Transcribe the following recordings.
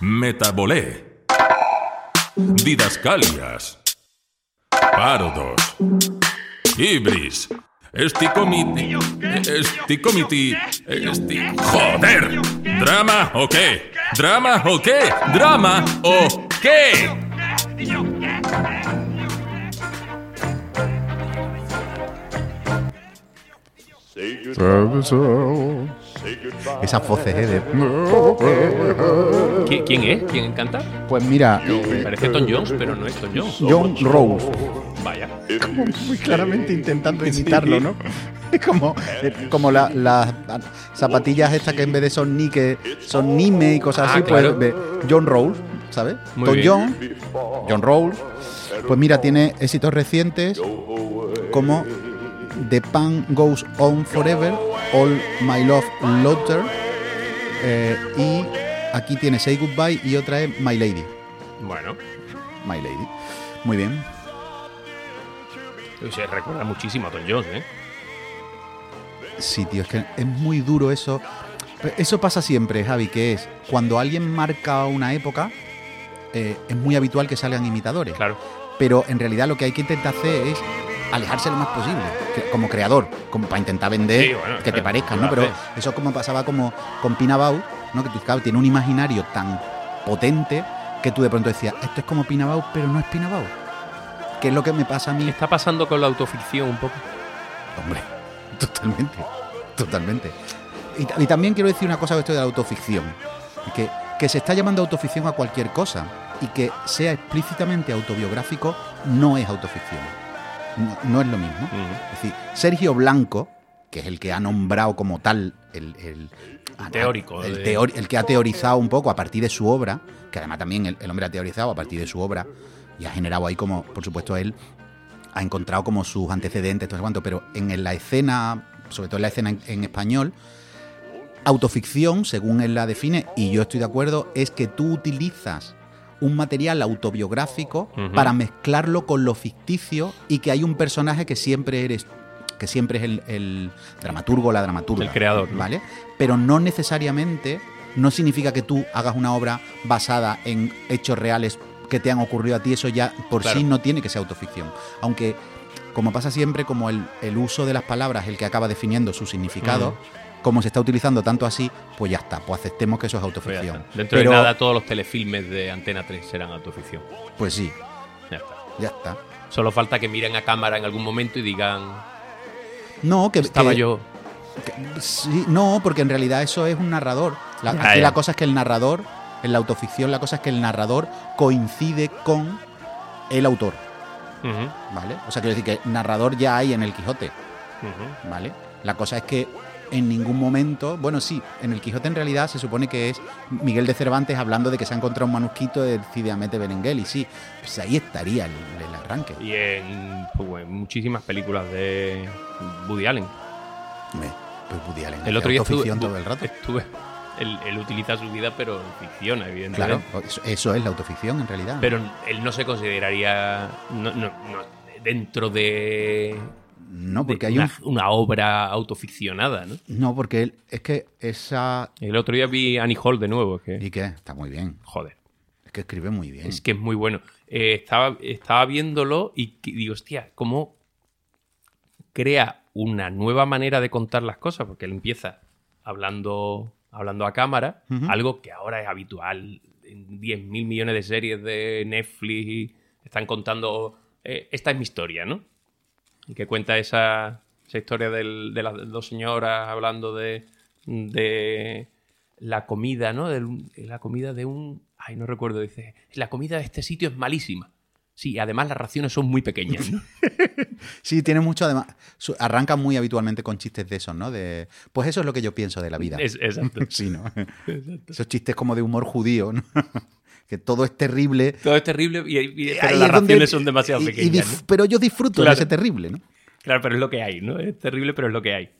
Metabolé. Didascalias. Parodos. Ibris. Esticomiti. Esticomiti. Esti. ¡Joder! ¿Drama o qué? ¿Drama o qué? ¿Drama o qué? Esas voces, ¿eh? de- ¿Qui- ¿Quién es? ¿Quién canta? Pues mira, eh, Parece Tom Jones, pero no es Tom Jones. John Rose. Vaya. Como muy claramente intentando imitarlo, ¿no? Es como, eh, como la- las zapatillas estas que en vez de son ni que son nime y cosas Ah, así, claro. pues ve- John Rawls, ¿sabes? Muy Tom bien. John, John Rawls. Pues mira, tiene éxitos recientes como The Pan Goes On Forever, All My Love Lotter, eh, y aquí tiene Say Goodbye y otra es My Lady. Bueno, My Lady. Muy bien. se recuerda muchísimo a Tom Jones, ¿eh? Sí, tío, es que es muy duro eso. Pero Eso pasa siempre, Javi, que es cuando alguien marca una época, eh, es muy habitual que salgan imitadores. Claro. Pero en realidad lo que hay que intentar hacer es alejarse lo más posible, que- como creador, como para intentar vender Sí, bueno, que te claro, parezca, lo ¿no? Pero haces. eso es como pasaba como con Pina Bau, ¿no? Que tú, claro, tiene un imaginario tan potente que tú de pronto decías, esto es como Pina Bau, pero no es Pina Bau. Que es lo que me pasa a mí ¿Qué está pasando con la autoficción un poco? Hombre, totalmente, totalmente. Y, ta- y también quiero decir una cosa de esto de la autoficción, que, que se está llamando autoficción a cualquier cosa y que sea explícitamente autobiográfico no es autoficción, no, no es lo mismo. Es decir, Sergio Blanco, que es el que ha nombrado como tal el... el- Teórico el, de- teori- el que ha teorizado un poco a partir de su obra, que además también el, el hombre ha teorizado a partir de su obra y ha generado ahí como, por supuesto, él ha encontrado como sus antecedentes, todo cuanto, pero en la escena, sobre todo en la escena en, en español, autoficción, según él la define, y yo estoy de acuerdo, es que tú utilizas un material autobiográfico Ujú. para mezclarlo con lo ficticio y que hay un personaje que siempre eres que siempre es el, el dramaturgo o la dramaturga. El creador, ¿no? ¿Vale? Pero no necesariamente, no significa que tú hagas una obra basada en hechos reales que te han ocurrido a ti. Eso ya por Claro. sí no tiene que ser autoficción. Aunque, como pasa siempre, como el, el uso de las palabras es el que acaba definiendo su significado, como se está utilizando tanto así, pues ya está. Pues aceptemos que eso es Mm. Pues ya autoficción. está. Dentro Pero- de nada, todos los telefilmes de Antena 3 serán autoficción. Pues sí, Ya está. ya está. Solo falta que miren a cámara en algún momento y digan, No, que, estaba que- yo. Sí, no, porque en realidad eso es un narrador. La, Ah, Ya, aquí ya. la cosa es que el narrador, en la autoficción, la cosa es que el narrador coincide con el autor, Ujú, ¿vale? O sea, quiero decir que narrador ya hay en el Quijote, ujú. ¿vale? La cosa es que en ningún momento, bueno, sí, en el Quijote en realidad se supone que es Miguel de Cervantes hablando de que se ha encontrado un manuscrito de Cide Hamete Benengeli, sí, pues ahí estaría el, el arranque. Y en, pues, en muchísimas películas de Woody Allen. Me- pues Woody Allen El hace otro día estuve, autoficción todo el rato. estuve- él, él utiliza su vida, pero en ficción, evidentemente. Claro, eso, eso es la autoficción en realidad. Pero él no se consideraría no, no- no, dentro de, no, de porque hay una, un una obra autoficcionada, ¿no? No, porque él- es que esa. El otro día vi Annie Hall de nuevo, es que ¿Y qué? Está muy bien. joder, Es que escribe muy bien. es que es muy bueno. Eh, estaba, estaba viéndolo y que- digo, hostia, cómo crea una nueva manera de contar las cosas, porque él empieza hablando, hablando a cámara, algo que ahora es habitual en 10.000 millones de series de Netflix, y están contando, eh, esta es mi historia, ¿no? Y que cuenta esa, esa historia del- de las dos señoras hablando de, de la comida, ¿no? Del- de la comida de un... Ay, no recuerdo, dice, la comida de este sitio es malísima. Sí, además las raciones son muy pequeñas. Sí, tiene mucho, además. su- Arranca muy habitualmente con chistes de esos, ¿no? De, pues eso es lo que yo pienso de la vida. Es- exacto. Sí, ¿no? Esos chistes como de humor judío, ¿no? que todo es terrible. Todo es terrible y, y- pero Ahí las es donde- raciones son demasiado y- y pequeñas. dif- ¿no? Pero yo disfruto Claro. de ese terrible, ¿no? Claro, pero es lo que hay, ¿no? Es terrible, pero es lo que hay.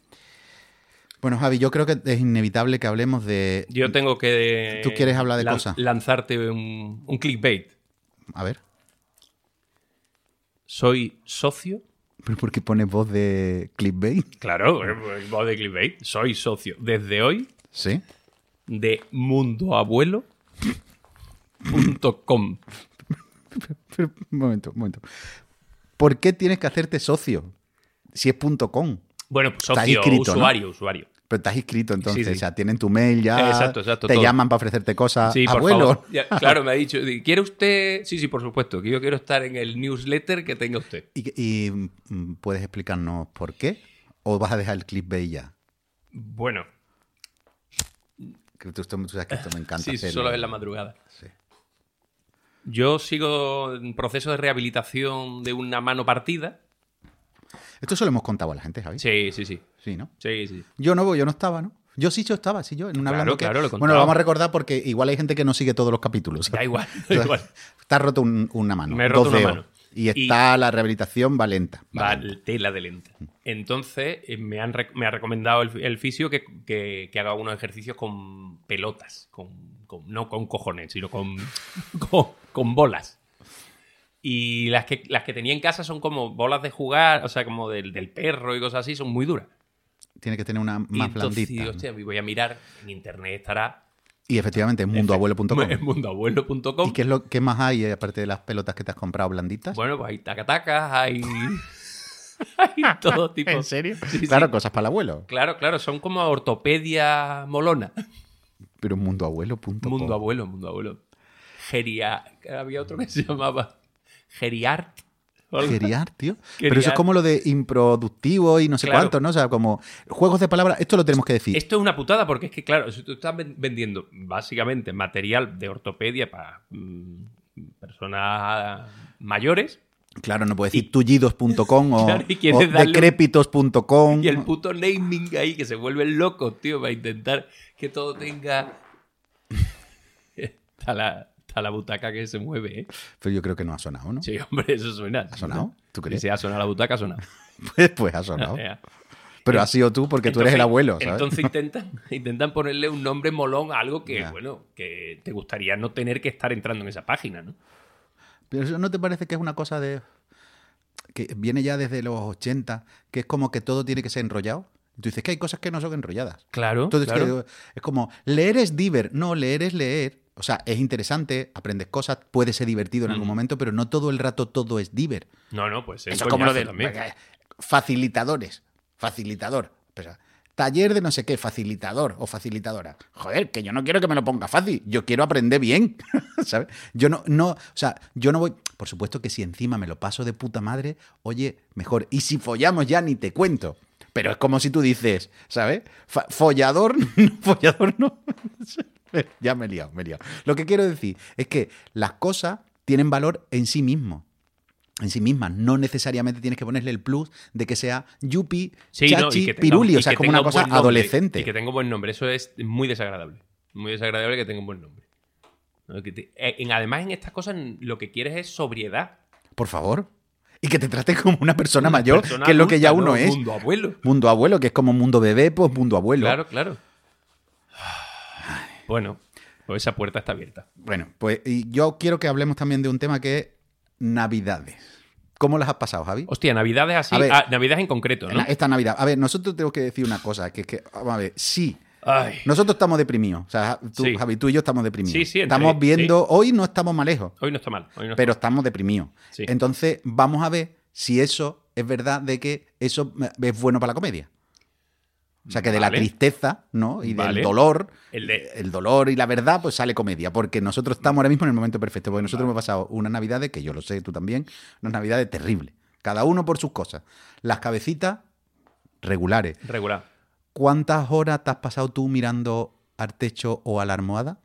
Bueno, Javi, yo creo que es inevitable que hablemos de. Yo tengo que. Tú quieres hablar de lan- cosas. Lanzarte un, un clickbait. A ver. Soy socio. ¿Pero por qué pones voz de clickbait? Claro, eh, pues, voz de clickbait. Soy socio desde hoy Sí. de mundoabuelo.com. Pero, un momento, un momento. ¿Por qué tienes que hacerte socio? Si es punto .com. Bueno, pues Está socio, inscrito, ¿no? usuario, usuario. Pero estás inscrito entonces, Sí, sí. o sea, tienen tu mail ya. Exacto, exacto, Te todo. llaman para ofrecerte cosas. Sí, por Ah, Abuelo. favor. Ya, claro, me ha dicho, di- ¿quiere usted? Sí, sí, por supuesto, que yo quiero estar en el newsletter que tenga usted. ¿Y, y, mm, puedes explicarnos por qué? ¿O vas a dejar el clickbait ya? Bueno, Que tú, tú sabes que esto me encanta. sí, hacerlo. solo es la madrugada. Sí. Yo sigo en proceso de rehabilitación de una mano partida. Esto se lo hemos contado a la gente, Javi. Sí, sí, sí. Sí, ¿no? Sí, sí. Yo no, yo no estaba, ¿no? Yo sí, yo estaba, sí, yo, en una Claro, hablando que- claro, lo he Bueno, contado. lo vamos a recordar porque igual hay gente que no sigue todos los capítulos. Da igual, da Entonces, igual. Está roto un- una mano. Me he roto dos una dedos. mano. Y Y- está la rehabilitación valenta. Vale, tela de lenta. Entonces, eh, me, han rec- me ha recomendado el, el fisio que, que- que haga unos ejercicios con pelotas, con, con- no con cojones, sino con, con, con bolas. Y las que, las que tenía en casa son como bolas de jugar, o sea, como del, del perro y cosas así, son muy duras. Tiene que tener una Y más entonces blandita. digo, ¿no? hostia, voy a mirar, en internet estará Y efectivamente, es mundoabuelo.com. en mundoabuelo.com. ¿Y qué es lo que más hay eh, aparte de las pelotas que te has comprado blanditas? Bueno, pues hay tacatacas, hay... hay todo tipo. ¿En serio? Sí, sí. claro, cosas para el abuelo. Claro, claro, son como ortopedia molona. Pero mundoabuelo.com. Mundo abuelo, mundo abuelo. Geria... Había otro que se llamaba Geriart. o algo. Geriar, tío. Geriar. Pero eso es como lo de improductivo y no sé Claro. cuánto, ¿no? O sea, como juegos de palabras. Esto lo tenemos que decir. Esto es una putada porque es que, claro, si tú estás ven- vendiendo básicamente material de ortopedia para mm, personas mayores Claro, no puedes decir tullidos.com o, Claro, y quieres o darle un- decrépitos.com. y el puto naming ahí que se vuelven locos, tío, para intentar que todo tenga... Está la, está la butaca que se mueve, ¿eh? Pero yo creo que no ha sonado, ¿no? Sí, hombre, eso suena. ¿Ha sonado? ¿Tú crees? Si ha sonado la butaca, ha sonado. Pues, pues ha sonado. Ah, Ya. Pero ha sido tú porque tú eres el Entonces- abuelo, ¿sabes? Entonces intentan, intentan ponerle un nombre molón a algo que, Ya. bueno, que te gustaría no tener que estar entrando en esa página, ¿no? Pero eso no te parece que es una cosa de. que viene ya desde los 80, que es como que todo tiene que ser enrollado. Tú dices que hay cosas que no son enrolladas. Claro. Entonces, que- es como, leer es diver. No, leer es leer. O sea, es interesante, aprendes cosas, puede ser divertido en algún momento, pero no todo el rato todo es diver. No, no, pues Eso es como lo de también. facilitadores. Facilitador. O sea, taller de no sé qué, facilitador o facilitadora. Joder, que yo no quiero que me lo ponga fácil. Yo quiero aprender bien. ¿Sabes? Yo no, no, o sea, yo no voy. Por supuesto que si encima me lo paso de puta madre, oye, mejor. Y si follamos ya ni te cuento. Pero es como si tú dices, ¿sabes? Fa- follador, no, follador no. ya me he liado, me he liado. Lo que quiero decir es que las cosas tienen valor en sí mismos en sí misma. No necesariamente tienes que ponerle el plus de que sea Yupi, Sí, no, Chachi, y que tenga- Piruli. y O sea, que es como una tenga un cosa buen nombre, adolescente. Y que tenga un buen nombre. Eso es muy desagradable. Muy desagradable que tenga un buen nombre. No, que te- eh, en- además, en estas cosas lo que quieres es sobriedad. Por favor. Y que te trates como una persona mayor, Persona que es lo que ya adulta, uno ¿no? es. Mundo abuelo. Mundo abuelo, que es como mundo bebé, pues mundo abuelo. Claro, claro. Bueno, pues esa puerta está abierta. Bueno, pues y yo quiero que hablemos también de un tema que es Navidades. ¿Cómo las has pasado, Javi? Hostia, Navidad es así. A ver. ah, Navidad en concreto, En ¿no? la- Esta Navidad. A ver, nosotros tenemos que decir una cosa, que es que, vamos a ver, sí, Ay. nosotros estamos deprimidos. O sea, tú, Sí. Javi, tú y yo estamos deprimidos. Sí, sí, entre- estamos viendo, hoy no estamos más lejos. Hoy no está mal. Hoy no está pero estamos deprimidos. Sí. Entonces, vamos a ver si eso es verdad de que eso es bueno para la comedia. O sea, que de la Vale. tristeza, ¿no? Y del Vale. dolor, El de- dolor y la verdad, pues sale comedia. Porque nosotros estamos ahora mismo en el momento perfecto. Porque nosotros hemos pasado unas navidades, que yo lo sé, tú también, unas navidades terribles. Cada uno por sus cosas. Las cabecitas regulares. mal. regular. ¿Cuántas horas te has pasado tú mirando al techo o a la almohada?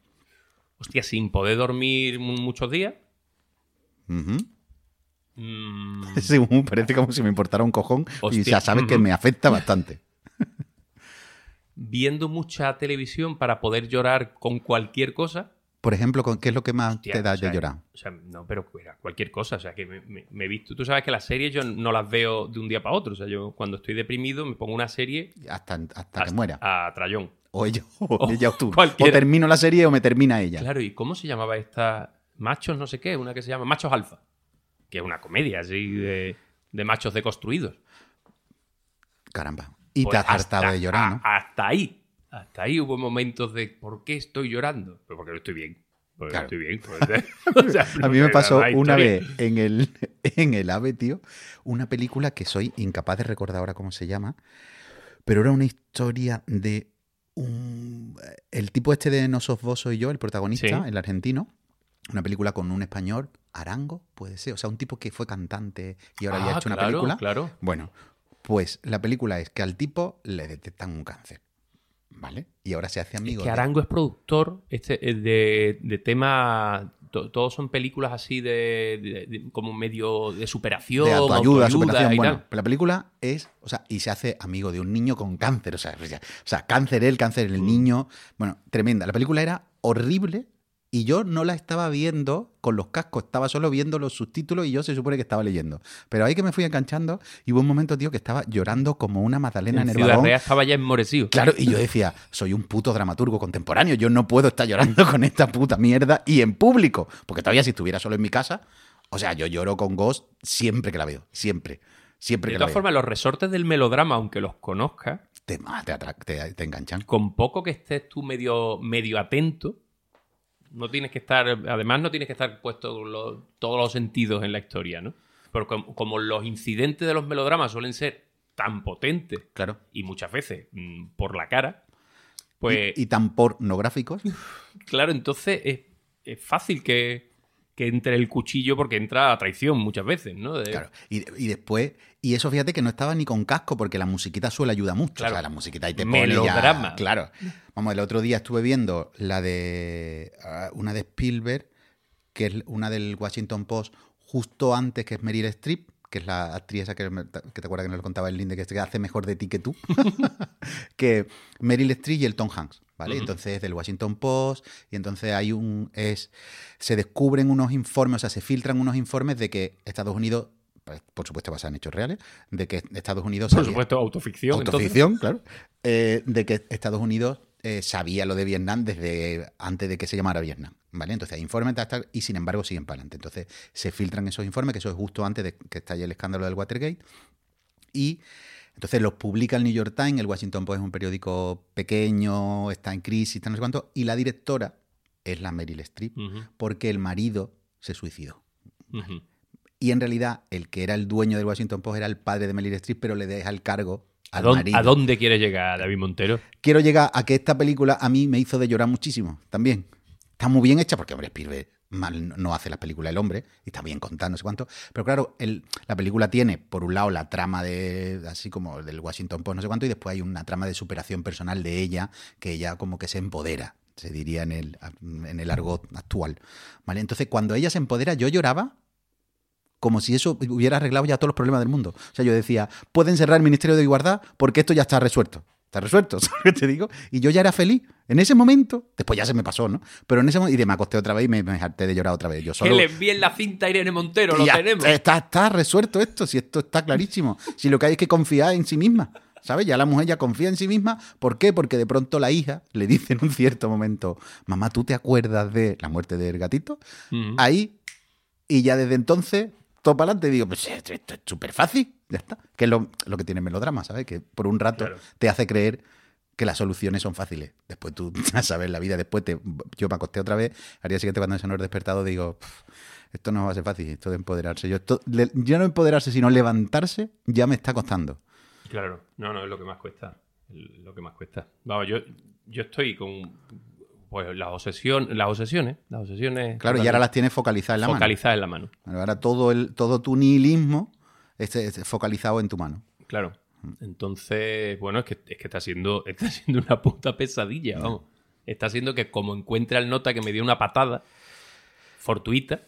Hostia, sin poder dormir mu- muchos días. Ujú. Mm, Sí, uh, parece como si me importara un cojón y Hostia. ya sabes que me afecta bastante. viendo mucha televisión para poder llorar con cualquier cosa. Por ejemplo, ¿con- ¿qué es lo que más Hostia, te da o sea, de llorar? O sea, no, pero era cualquier cosa. O sea, que me, me- me he visto. Tú sabes que las series yo no las veo de un día para otro. O sea, yo cuando estoy deprimido me pongo una serie Hasta, hasta, que hasta- muera. a Oh, trayón. O ella o, ella o tú. cualquiera. O termino la serie o me termina ella. Claro, ¿y cómo se llamaba esta? Machos, no sé qué, una que se llama Machos Alfa, que es una comedia así de, de machos deconstruidos. Caramba. Y Pues te has hartado hasta- de llorar, ¿no? a- Hasta ahí. Hasta ahí hubo momentos de ¿por qué estoy llorando? Pues porque no estoy bien. Porque Claro. no estoy bien. pues, o sea, A mí me no pasó da la una historia. vez en el, en el AVE, tío, una película que soy incapaz de recordar ahora cómo se llama, pero era una historia de un... El tipo este de Nosos Vos soy yo, el protagonista, Sí. el argentino, una película con un español, Arango, puede ser, o sea, un tipo que fue cantante y ahora había Ah, hecho una claro, película. Claro. Bueno, pues la película es que al tipo le detectan un cáncer, ¿vale? Y ahora se hace Es amigo. que de- Arango es productor este, eh, de, de tema. to- todos son películas así de, de- de- como medio de superación, de autoayuda, autoayuda superación. y Bueno, tal. pero la película es, o sea, y se hace amigo de un niño con cáncer, o sea, o sea, o sea, cáncer él, cáncer Mm. el niño, bueno, tremenda. La película era horrible y yo no la estaba viendo con los cascos, estaba solo viendo los subtítulos y yo se supone que estaba leyendo. Pero ahí que me fui enganchando y hubo un momento, tío, que estaba llorando como una Magdalena en En el Ciudad vagón. Real estaba ya enmorecido. Claro, y yo decía, soy un puto dramaturgo contemporáneo, yo no puedo estar llorando con esta puta mierda y en público, porque todavía si estuviera solo en mi casa, o sea, yo lloro con Ghost siempre que la veo, siempre, siempre De que la todas veo. formas, los resortes del melodrama, aunque los conozcas, Te, ma- te, atra- te- te enganchan. con poco que estés tú medio, medio atento, no tienes que estar, además no tienes que estar puesto con los- todos los sentidos en la historia, ¿no? Pero com- como, los incidentes de los melodramas suelen ser tan potentes Claro. y muchas veces mm, por la cara, pues y, y tan pornográficos. claro, entonces es, es fácil que, que entre el cuchillo porque entra a traición muchas veces, ¿no? De- Claro. Y, y después, y eso fíjate que no estaba ni con casco, porque la musiquita suele ayudar mucho. Claro. O sea, la musiquita y te pone Melodrama. ya- claro. Vamos, el otro día estuve viendo la de ah, una de Spielberg, que es una del Washington Post, justo antes que es Meryl Streep, que es la actriz esa que, me- que te acuerdas que nos lo contaba el Linde, que se hace mejor de ti que tú, que Meryl Streep y el Tom Hanks, ¿vale? Entonces es del Washington Post y entonces hay un... es Se descubren unos informes, o sea, se filtran unos informes de que Estados Unidos, pues, por supuesto basado en hechos reales, de que Estados Unidos... Por sabía- supuesto, autoficción. entonces. Autoficción, claro. Eh, de que Estados Unidos eh, sabía lo de Vietnam desde antes de que se llamara Vietnam. ¿Vale? Entonces hay informes tal, tal, y sin embargo siguen para adelante. Entonces se filtran esos informes, que eso es justo antes de que estalle el escándalo del Watergate. Y entonces los publica el New York Times, el Washington Post es un periódico pequeño, está en crisis, está no sé cuánto. Y la directora es la Meryl Streep, Ujú, porque el marido se suicidó. ujú. Y en realidad el que era el dueño del Washington Post era el padre de Meryl Streep, pero le deja el cargo ¿A, al dónde, marido ¿A dónde quiere llegar David Montero? quiero llegar a que esta película a mí me hizo de llorar muchísimo también. Está muy bien hecha porque, hombre, Spielberg mal no- no hace las películas el hombre y está bien contando no sé cuánto. Pero claro, el- la película tiene, por un lado, la trama de, así como del Washington Post, no sé cuánto, y después hay una trama de superación personal de ella que ella como que se empodera, se diría en el, en el argot actual. ¿Vale? Entonces, cuando ella se empodera, yo lloraba como si eso hubiera arreglado ya todos los problemas del mundo. O sea, yo decía, pueden cerrar el Ministerio de Igualdad porque esto ya está resuelto. Está resuelto, ¿sabes lo que te digo? Y yo ya era feliz. En ese momento, después ya se me pasó, ¿no? Pero en ese momento, y de- me acosté otra vez y me, me harté de llorar otra vez. Yo solo. Que le envíen la cinta a Irene Montero, lo Ya, eh, tenemos. Está, está resuelto esto, si esto está clarísimo. Si lo que hay es que confiar en sí misma, ¿sabes? Ya la mujer ya confía en sí misma. ¿Por qué? Porque de pronto la hija le dice en un cierto momento, mamá, ¿tú te acuerdas de la muerte del gatito? Ujú. ahí y ya desde entonces todo para adelante digo pues esto, esto es súper fácil ya está que es lo, lo que tiene el melodrama sabes que por un rato Claro. te hace creer que las soluciones son fáciles después tú a saber la vida después te, yo me acosté otra vez al día siguiente cuando se nos despertado digo "Pff, esto no va a ser fácil esto de empoderarse yo esto le- ya no empoderarse sino levantarse ya me está costando Claro, no, no, es lo que más cuesta. el- Lo que más cuesta. Vamos, yo, yo estoy con pues, las, obsesión, las obsesiones. Las obsesiones. claro y ahora las tienes focalizadas en la focalizadas en la mano. mano ahora todo el todo tu nihilismo es- es focalizado en tu mano Claro. Entonces, bueno, es que, es que está, siendo, está siendo una puta pesadilla, vamos. Está siendo que como encuentra el nota que me dio una patada fortuita,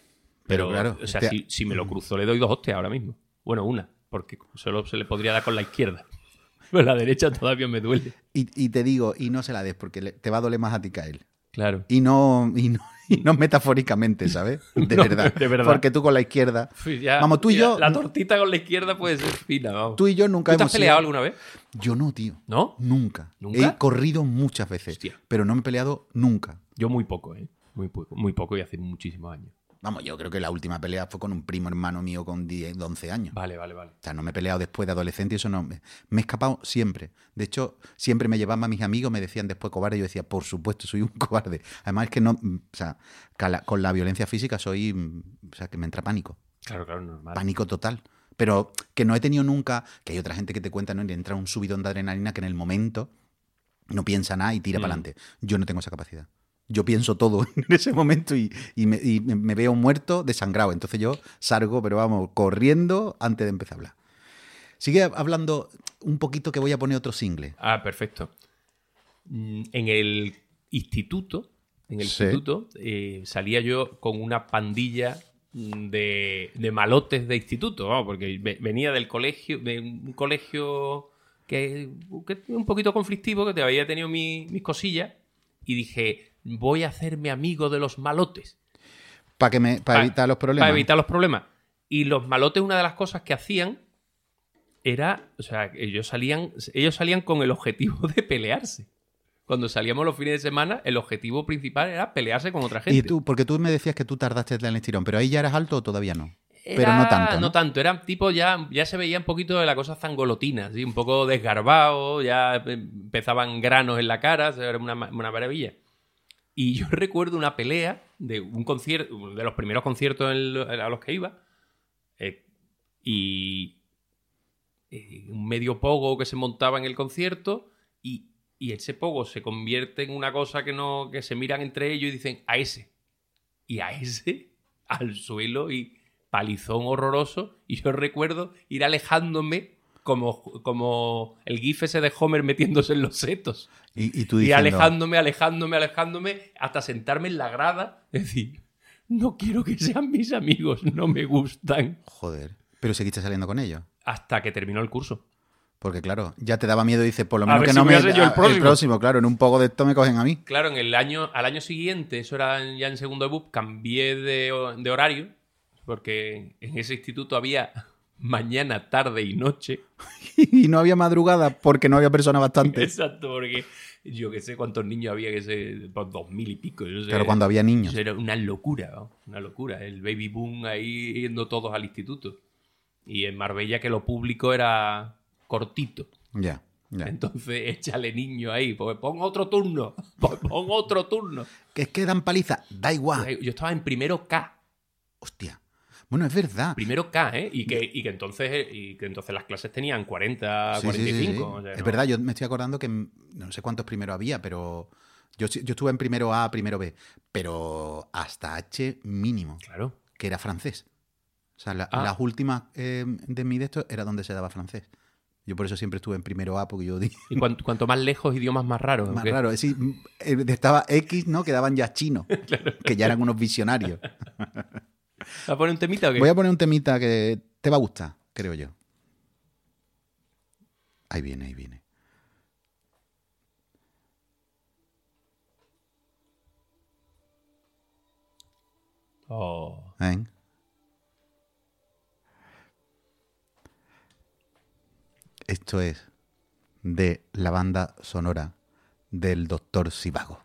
Pero claro, O sea, este- si, si me lo cruzo, le doy dos hostias ahora mismo. Bueno, una, porque solo se le podría dar con la izquierda. Pero la derecha todavía me duele. Y, y te digo, y no se la des, porque le- te va a doler más a ti que a él. Claro. Y no, y no, y no metafóricamente, ¿sabes? De, No, verdad. de verdad. Porque tú con la izquierda. Fui ya- vamos, tú y ya, yo. La tortita con la izquierda puede ser fina, vamos. Tú y yo nunca ¿Tú te hemos has peleado sido- alguna vez? Yo no, tío. ¿No? Nunca. ¿Nunca? He corrido muchas veces, Hostia. pero no me he peleado nunca. Yo muy poco, ¿eh? Muy poco, muy poco y hace muchísimos años. Vamos, yo creo que la última pelea fue con un primo hermano mío con 10, 11 años. Vale, vale, vale. O sea, no me he peleado después de adolescente y eso no. Me, me he escapado siempre. De hecho, siempre me llevaban mis amigos, me decían después cobarde. Yo decía, por supuesto, soy un cobarde. Además, es que no. mm, O sea, ca- la- con la violencia física soy. mm, O sea, que me entra pánico. Claro, claro, normal. Pánico total. Pero que no he tenido nunca. Que hay otra gente que te cuenta, ¿no? Y le entra un subidón de adrenalina que en el momento no piensa nada y tira Mm. para adelante. Yo no tengo esa capacidad. Yo pienso todo en ese momento y, y me, y me- me veo muerto, desangrado. Entonces yo salgo, pero vamos, corriendo antes de empezar a hablar. Sigue hablando un poquito que voy a poner otro single. Ah, perfecto. Mm, En el instituto, en el Sí. instituto, eh, salía yo con una pandilla mm, de, de malotes de instituto, vamos, porque ve- venía del colegio, de un colegio que, que es un poquito conflictivo, que te había tenido mi- mis cosillas, y dije, voy a hacerme amigo de los malotes. Para que me, para evitar los problemas. Para evitar los problemas. Y los malotes, una de las cosas que hacían era, o sea, ellos salían, ellos salían con el objetivo de pelearse. Cuando salíamos los fines de semana, el objetivo principal era pelearse con otra gente. Y tú, porque tú me decías que tú tardaste en el estirón, pero ahí ya eras alto o todavía no. Pero no Era- tanto. No, ¿no? tanto, era tipo ya, ya se veía un poquito de la cosa zangolotina, ¿sí? un poco desgarbado, ya empezaban granos en la cara, o sea, era una, ma- una maravilla. Y yo recuerdo una pelea de un concierto, de los primeros conciertos en lo- a los que iba, eh, y eh, un medio pogo que se montaba en el concierto, y, y ese pogo se convierte en una cosa que no, que se miran entre ellos y dicen, a ese y a ese al suelo y palizón horroroso. Y yo recuerdo ir alejándome como, como el gif ese de Homer metiéndose en los setos. Y, y tú Y diciendo, alejándome, alejándome, alejándome hasta sentarme en la grada. Es decir, no quiero que sean mis amigos, no me gustan. joder, pero seguiste saliendo con ellos. Hasta que terminó el curso. Porque claro, ya te daba miedo y dices, por lo A menos ver que si no voy me a ser yo el a- próximo. claro, en un poco de esto me cogen a mí. Claro, en el año, al año siguiente, eso era en- ya en segundo de BUP, cambié de, de horario, porque en ese instituto había mañana, tarde y noche. y no había madrugada porque no había persona bastante. Exacto, porque yo que sé cuántos niños había que se. Por dos mil y pico. yo sé. Pero cuando había niños. Eso era una locura, ¿no? una locura. El baby boom ahí yendo todos al instituto. Y en Marbella que lo público era cortito. Ya, ya. Entonces, échale niño ahí, pues pon otro turno, pues pon otro turno. Que es que dan paliza, da igual. Yo estaba en primero K, Hostia. Bueno, es verdad. primero K, ¿eh? Y que, y que, entonces, eh, y que entonces las clases tenían 40, Sí, sí, sí, 45. sí. o sea, Es no- verdad, yo me estoy acordando que en- no sé cuántos primero había, pero yo, sí- yo estuve en primero A, primero B, pero hasta H mínimo, Claro. que era francés. O sea, la- Ah. las últimas eh, de mi de esto era donde se daba francés. Yo por eso siempre estuve en primero A, porque yo di- Y cuanto, cuanto más lejos, idiomas más raros. Más ¿ok? raro, es decir, eh, estaba X, ¿no? Quedaban ya chinos, que ya eran unos visionarios. ¿Vas a poner un temita o qué? Voy a poner un temita que te va a gustar, creo yo. Ahí viene, ahí viene. Oh. ¿Eh? Esto es de la banda sonora del Doctor Sivago.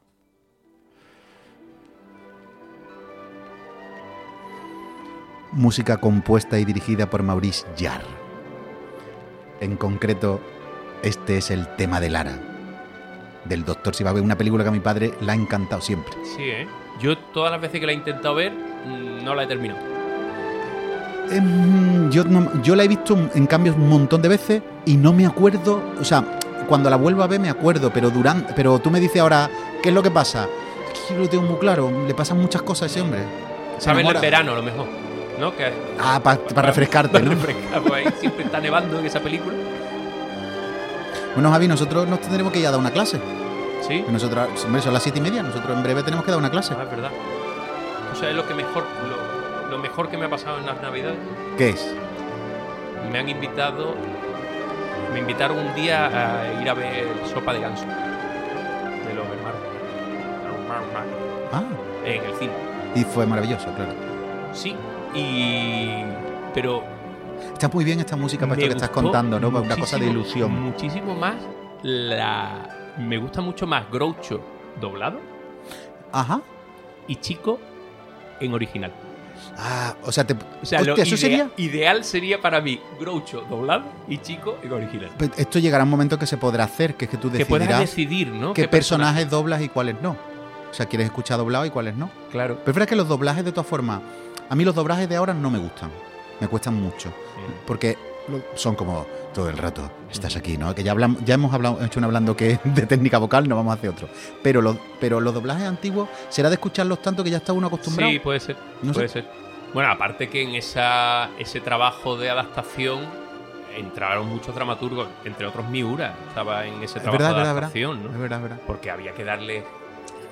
Música compuesta y dirigida por Maurice Jarre. En concreto, este es el tema de Lara, del Doctor Sivago, una película que a mi padre la ha encantado siempre. Sí, ¿eh? Yo todas las veces que la he intentado ver, mm, no la he terminado. Em, Yo, no- yo la he visto en cambios un montón de veces y no me acuerdo. O sea, cuando la vuelvo a ver me acuerdo, pero durante, pero tú me dices ahora, ¿qué es lo que pasa? Es que yo lo tengo muy claro, le pasan muchas cosas a ese hombre. Se Sabes en enamora. verano, a lo mejor. ¿No? Que, Ah, para refrescarte, para ¿no? refrescar, pues ahí siempre está nevando en esa película. Bueno, Javi, nosotros nos tendremos que ir a dar una clase. Sí. Que Nosotros, hombre, son las siete y media, nosotros en breve tenemos que dar una clase. Ah, es verdad. O sea, es lo que mejor. lo- lo mejor que me ha pasado en las navidades. ¿Qué es? Me han invitado, me invitaron un día a ir a ver Sopa de Ganso de los hermanos. Ah, En el cine. y fue maravilloso, claro. Sí, y. Pero. Está muy bien esta música para me esto que estás gustó contando, ¿no? Para Una cosa de muchísimo, ilusión. Muchísimo más la. Me gusta mucho más Groucho doblado Ajá. y Chico en original. Ah, o sea, te, O sea, hostia, lo eso idea- sería. ideal sería para mí Groucho doblado y Chico en original. Pe- Pues Esto llegará un momento que se podrá hacer, que es que tú Que puedas decidirás decidir, ¿no? qué personajes doblas y cuáles no. O sea, quieres escuchar doblado y cuáles no. personaje. Claro. Pero es verdad que los doblajes, de todas formas, a mí los doblajes de ahora no me gustan. Me cuestan mucho. Porque lo- son como todo el rato, estás aquí, ¿no? Que ya, hablamos, ya hemos hablado, hecho un hablando que es de técnica vocal, no vamos a hacer otro. Pero los, pero los doblajes antiguos, será de escucharlos tanto que ya está uno acostumbrado. Sí, puede ser. No puede ser. Bueno, aparte que en esa, ese trabajo de adaptación entraron muchos dramaturgos, entre otros Miura, estaba en ese es trabajo verdad, es de verdad, es adaptación, verdad. ¿no? Es verdad, es verdad. Porque había que darle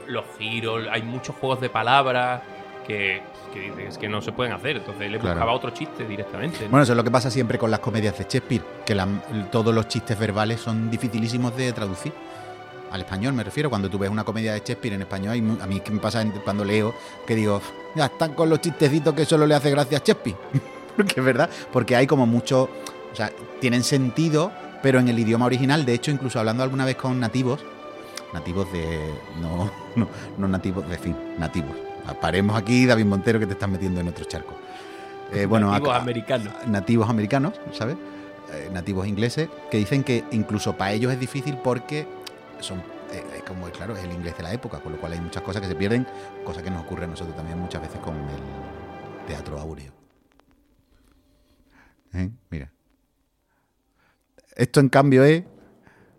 los giros, hay muchos juegos de palabras que, que dices que no se pueden hacer, entonces le Claro. buscaba otro chiste directamente. ¿no? Bueno, eso es lo que pasa siempre con las comedias de Shakespeare, que la- todos los chistes verbales son dificilísimos de traducir. Al español me refiero, cuando tú ves una comedia de Shakespeare en español, hay mu- a mí es que me pasa en- cuando leo que digo, ya están con los chistecitos que solo le hace gracia a Shakespeare. Porque es verdad, porque hay como mucho, o sea, tienen sentido, pero en el idioma original, de hecho, incluso hablando alguna vez con nativos, nativos de... no, no, no nativos, de fin, nativos. Paremos aquí, David Montero, que te estás metiendo en otro charco. Eh, bueno, Nativos acá- americanos. nativos americanos, ¿sabes? Eh, nativos ingleses, que dicen que incluso para ellos es difícil porque son, eh, es como, claro, es el inglés de la época, con lo cual hay muchas cosas que se pierden, cosa que nos ocurre a nosotros también muchas veces con el teatro áureo. ¿Eh? Mira. Esto en cambio es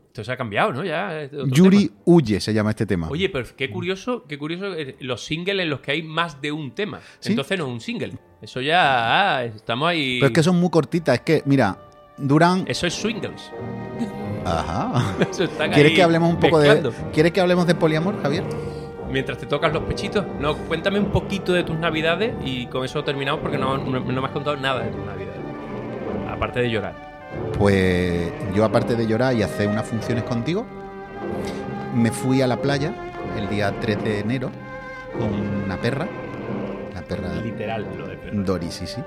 Esto se ha cambiado, ¿no? Ya, es otro Yuri tema. Huye, se llama este tema. Oye, pero qué curioso, qué curioso eh, los singles en los que hay más de un tema. Sí. Entonces no es un single. Eso ya ah, estamos ahí. Pero es que son muy cortitas, es que, mira, duran... Eso es swingles. Ajá. Eso están ¿Quieres ahí que hablemos un poco mezclando. de... ¿Quieres que hablemos de poliamor, Javier? Mientras te tocas los pechitos. No, cuéntame un poquito de tus navidades y con eso terminamos porque no, no- no me has contado nada de tus navidades. Aparte de llorar. Pues yo aparte de llorar y hacer unas funciones contigo, me fui a la playa el día 3 de enero con una perra, la perra Literal lo de perro. Doris, sí, sí,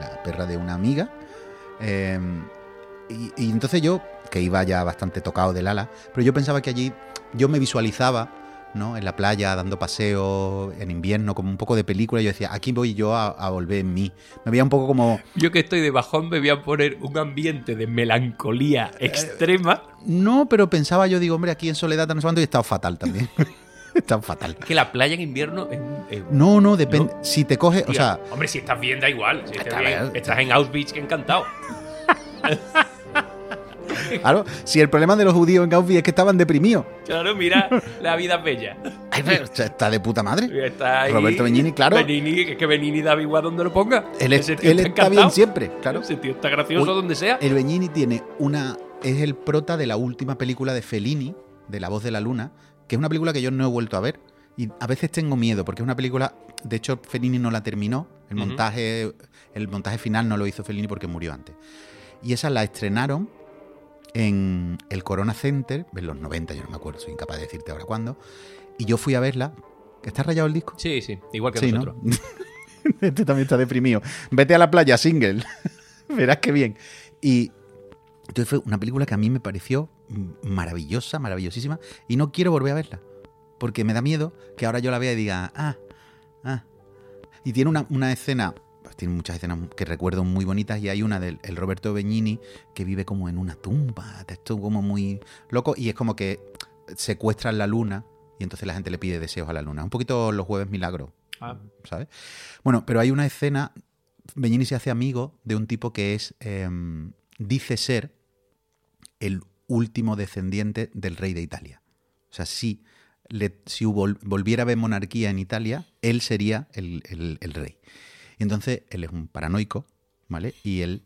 la perra de una amiga. Eh, y, y entonces yo, que iba ya bastante tocado del ala, pero yo pensaba que allí yo me visualizaba, ¿no? En la playa, dando paseo, en invierno, como un poco de película, y yo decía, aquí voy yo a, a volver en mí. Me veía un poco como... Yo que estoy de bajón me voy a poner un ambiente de melancolía extrema. No, pero pensaba yo, digo, hombre, aquí en soledad tan cuánto y he estado fatal también. he estado fatal. Que la playa en invierno es, es- No, no, depende. Si te coges, o sea, Hombre, si estás bien, da igual. Si estás, Está bien, bien. estás en Auschwitz, que encantado. claro, si el problema de los judíos en Gaudí es que estaban deprimidos. Claro, mira, la vida es bella. Ay, pero esto está de puta madre. Está ahí- Roberto Benigni, claro. Benigni, que- que Benigni da igual donde lo ponga. Él, es- Ese tío él está bien encantado. siempre, claro. Ese tío está gracioso Uy, eh, donde sea. El Beñini tiene una. Es el prota de la última película de Fellini, de La Voz de la Luna, que es una película que yo no he vuelto a ver. Y a veces tengo miedo, porque es una película. De hecho, Fellini no la terminó. El Ujú. montaje, el montaje final no lo hizo Fellini porque murió antes. Y esa la estrenaron en el Corona Center, en los 90, yo no me acuerdo, soy incapaz de decirte ahora cuándo. Y yo fui a verla. ¿Está rayado el disco? Sí, sí, igual que Sí, nosotros. ¿no? este también está deprimido. Vete a la playa, single. Verás qué bien. Y entonces fue una película que a mí me pareció mm, maravillosa, maravillosísima, y no quiero volver a verla. Porque me da miedo que ahora yo la vea y diga, ah, ah. Y tiene una, una escena, pues tiene muchas escenas que recuerdo muy bonitas, y hay una del el Roberto Benigni que vive como en una tumba, esto como muy loco, y es como que secuestran la luna, y entonces la gente le pide deseos a la luna. Un poquito los jueves milagros. Ah. ¿sabes? Bueno, pero hay una escena. Bellini se hace amigo de un tipo que es. eh, dice ser el último descendiente del rey de Italia. O sea, si, le- si hubo- volviera a haber monarquía en Italia, él sería el, el- el rey. Y entonces él es un paranoico, ¿vale? Y él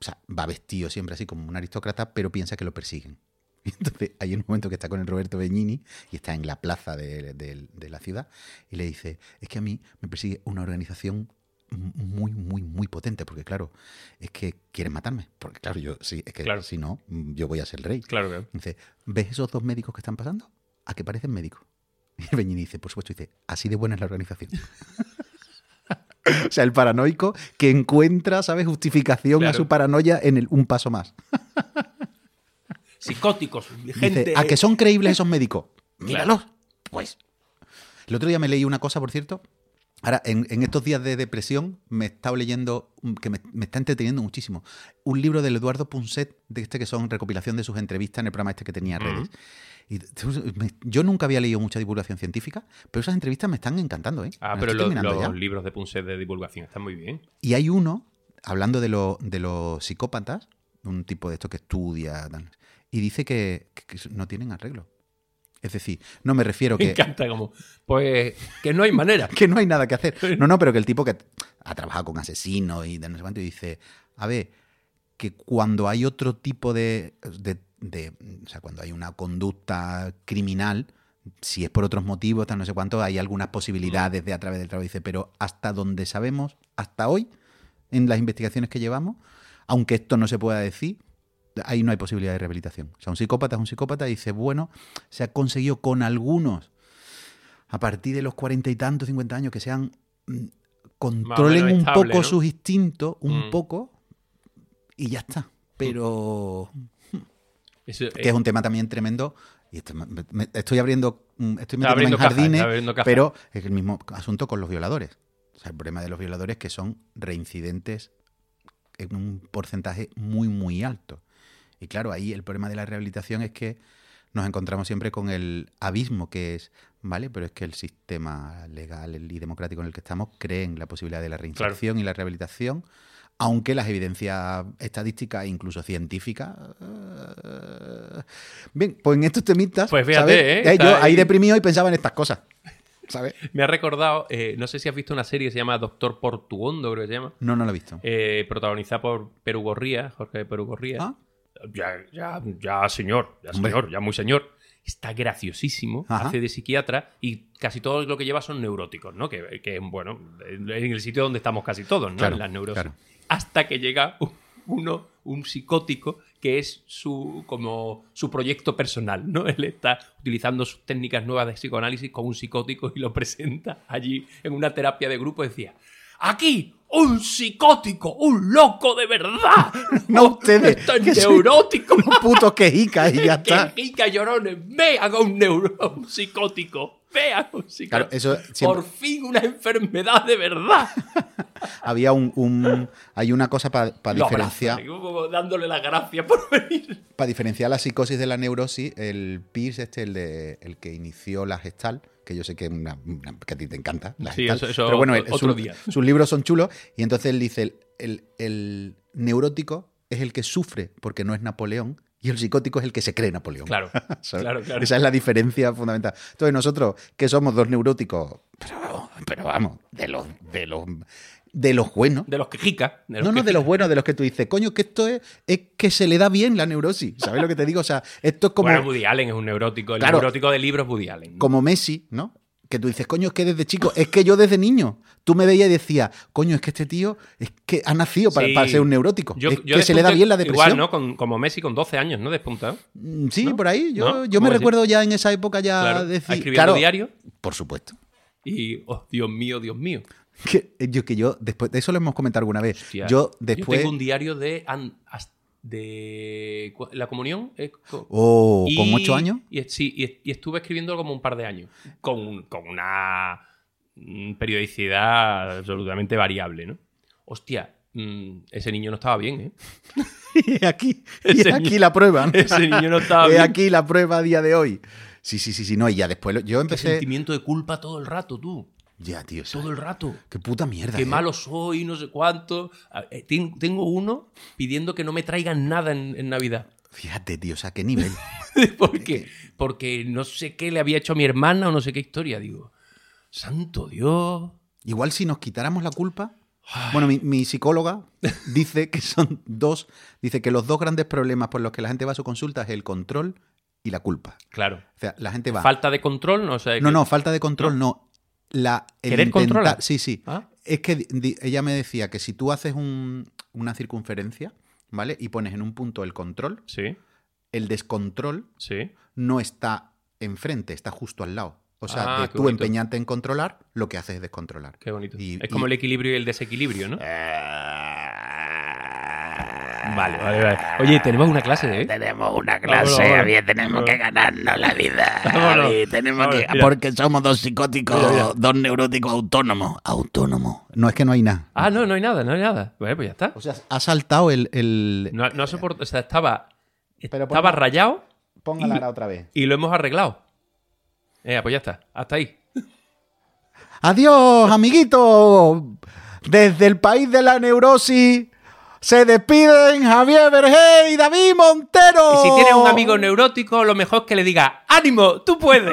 o sea, va vestido siempre así como un aristócrata, pero piensa que lo persiguen. Y entonces hay un momento que está con el Roberto Benigni y está en la plaza de, de- de la ciudad y le dice, es que a mí me persigue una organización muy, muy, muy potente, porque claro, es que quieren matarme, porque claro, yo sí, es que Claro. si no, mm, yo voy a ser rey. Claro que. Dice, ¿ves esos dos médicos que están pasando? ¿A que parecen médicos? Y el Beñini dice, por supuesto, dice, así de buena es la organización. o sea, el paranoico que encuentra, ¿sabes?, justificación a Claro. su paranoia en el un paso más. Psicóticos, gente. eh, Dice, a que son creíbles esos médicos. Claro. Míralos. Pues. El otro día me leí una cosa, por cierto. Ahora, en, en estos días de depresión, me he estado leyendo, mm, que me, me está entreteniendo muchísimo, un libro del Eduardo Punset, de este que son recopilación de sus entrevistas en el programa este que tenía redes. Y t- me- yo nunca había leído mucha divulgación científica, pero esas entrevistas me están encantando, ¿eh? Me Ah, las pero estoy los, terminando ya. los libros de Punset de divulgación están muy bien. Y hay uno, hablando de, lo- de los psicópatas, un tipo de estos que estudia, tal, y dice que, que- que no tienen arreglo. Es decir, no me refiero Me que, encanta, como. Pues que no hay manera. que no hay nada que hacer. No, no, pero que el tipo que ha trabajado con asesinos y de no sé cuánto, y dice, a ver, que cuando hay otro tipo de, de- de- O sea, cuando hay una conducta criminal, si es por otros motivos, tal, no sé cuánto, hay algunas posibilidades de a través del trabajo. Dice, pero hasta donde sabemos, hasta hoy, en las investigaciones que llevamos, aunque esto no se pueda decir, ahí no hay posibilidad de rehabilitación. O sea, un psicópata es un psicópata y dice, bueno, se ha conseguido con algunos, a partir de los cuarenta y tantos, cincuenta años, que sean mm, controlen un estable, poco ¿no? sus instintos, un Mm. poco, y ya está. Pero Mm. Eso, que eh, es un tema también tremendo. Y esto me- me- estoy abriendo, mm, estoy metiéndome abriendo en caja, jardines, está abriendo caja. pero es el mismo asunto con los violadores. O sea, el problema de los violadores es que son reincidentes en un porcentaje muy, muy alto. Y claro, ahí el problema de la rehabilitación es que nos encontramos siempre con el abismo que es, ¿vale? Pero es que el sistema legal y democrático en el que estamos cree en la posibilidad de la reinserción y la rehabilitación, aunque las evidencias estadísticas e incluso científicas... eh, Bien, pues en estos temitas... Pues fíjate, ¿sabes? ¿eh? yo Está ahí, ahí. deprimido y pensaba en estas cosas, ¿sabes? me ha recordado, eh, no sé si has visto una serie que se llama Doctor Portuondo, creo que se llama. No, no lo he visto. eh, protagonizada por Perú Gorría, Jorge Perú Gorría. Ah. Ya, ya, ya, señor, ya, Hombre. señor, ya, muy señor. Está graciosísimo, Ajá. hace de psiquiatra y casi todo lo que lleva son neuróticos, ¿no? Que, que, bueno, en el sitio donde estamos casi todos, ¿no? Claro, en las neurosis. claro. Hasta que llega un- uno, un psicótico, que es su, como su proyecto personal, ¿no? Él está utilizando sus técnicas nuevas de psicoanálisis con un psicótico y lo presenta allí en una terapia de grupo. Decía, aquí, un psicótico, un loco de verdad. No ustedes, Estos que soy- neuróticos. Unos putos quejicas y ya Que está. rica llorones, vean a un neuro, a un psicótico, vean a un psicótico. Claro, eso siempre- Por fin una enfermedad de verdad. Había un, un- hay una cosa para Lo diferenciar. abrazo, como dándole las gracias por venir. Para diferenciar la psicosis de la neurosis, el Pierce, este, el, de, el que inició la gestal, que yo sé que, es una- una- que a ti te encanta, la Sí, Gestalt, eso- eso pero bueno, otro sus- día. sus libros son chulos, y entonces él dice, el, el- el neurótico es el que sufre porque no es Napoleón, y el psicótico es el que se cree Napoleón. Claro, ¿sabes? claro, claro. Esa es la diferencia fundamental. Entonces nosotros, que somos dos neuróticos, pero, vamos, pero vamos, de los, de los, de los buenos, De los que rica. de los no, no, que- de los buenos, de los que tú dices, coño, que esto es, es que se le da bien la neurosis. ¿Sabes lo que te digo? O sea, esto es como, Bueno, Woody Allen es un neurótico. El Claro. neurótico de libros es Woody Allen. como Messi, ¿no? Que tú dices, coño, es que desde chico, es que yo desde niño, tú me veías y decías, coño, es que este tío es que ha nacido para, Sí. para ser un neurótico. Yo- es yo que se le da despunté bien la depresión. Igual, ¿no? Con- como Messi con 12 años, ¿no? Despuntado. Mm, Sí, ¿No? por ahí. Yo, ¿No? yo me ¿Cómo es? recuerdo ya en esa época ya Claro. Ah, decir. Escribiendo claro, diario. Por supuesto. Y, oh, Dios mío, Dios mío. Que, yo, que yo, después, de eso lo hemos comentado alguna vez. Hostia. yo después. tengo un diario de, an- as- de cu- la comunión. eh, co- Oh, y- con ocho años. Y, es- sí, y, es- y estuve escribiendo como un par de años. Con, un- con una mm, periodicidad absolutamente variable, ¿no? Hostia, mm, ese niño no estaba bien, ¿eh? Y aquí, y Ese aquí niño- la prueba. ¿no? Ese niño no estaba Es bien. aquí la prueba a día de hoy. Sí, sí, sí, sí, no. Y ya después lo- yo Qué empecé. sentimiento de culpa todo el rato, tú. Ya, tío. o sea, Todo el rato. Qué puta mierda. Qué eh. malo soy, no sé cuánto. Ah, eh, ten- Tengo uno pidiendo que no me traigan nada en, en Navidad. Fíjate, tío, o sea, qué nivel. porque, porque no sé qué le había hecho a mi hermana o no sé qué historia. Digo, santo Dios. Igual si nos quitáramos la culpa. Bueno, mi, mi psicóloga dice que son dos. Dice que los dos grandes problemas por los que la gente va a su consulta es el control y la culpa. Claro. O sea, la gente va. Falta de control, no sé. No, no, falta de control, no. La, el ¿Querer intentar- controlar? Sí, sí. ¿Ah? Es que di- di- ella me decía que si tú haces un- una circunferencia, ¿vale? Y pones en un punto el control, Sí, el descontrol sí. no está enfrente, está justo al lado. O sea, Ah, de qué tú bonito. empeñarte en controlar, lo que haces es descontrolar. Qué bonito. Y- es como y- el equilibrio y el desequilibrio, ¿no? Ah, Vale, vale, vale. Oye, tenemos una clase, ¿eh? Ah, Tenemos una Vámonos, clase, vámonos. Javier, tenemos que ganarnos la vida. Vámonos. Javier, tenemos Vámonos, que, mira. porque somos dos psicóticos, dos neuróticos autónomos. Autónomo. No es que no hay nada. Ah, no, no hay nada, no hay nada. Bueno, pues ya está. O sea, ha saltado el. el- No, no ha soportado, o sea, estaba, Pero estaba ponga- rayado Póngala ahora otra vez. y lo hemos arreglado. Eh, pues ya está, hasta ahí. Adiós, amiguito. Desde el país de la neurosis se despiden Javier Vergé y David Montero. Y si tienes un amigo neurótico, lo mejor es que le diga, ánimo, tú puedes.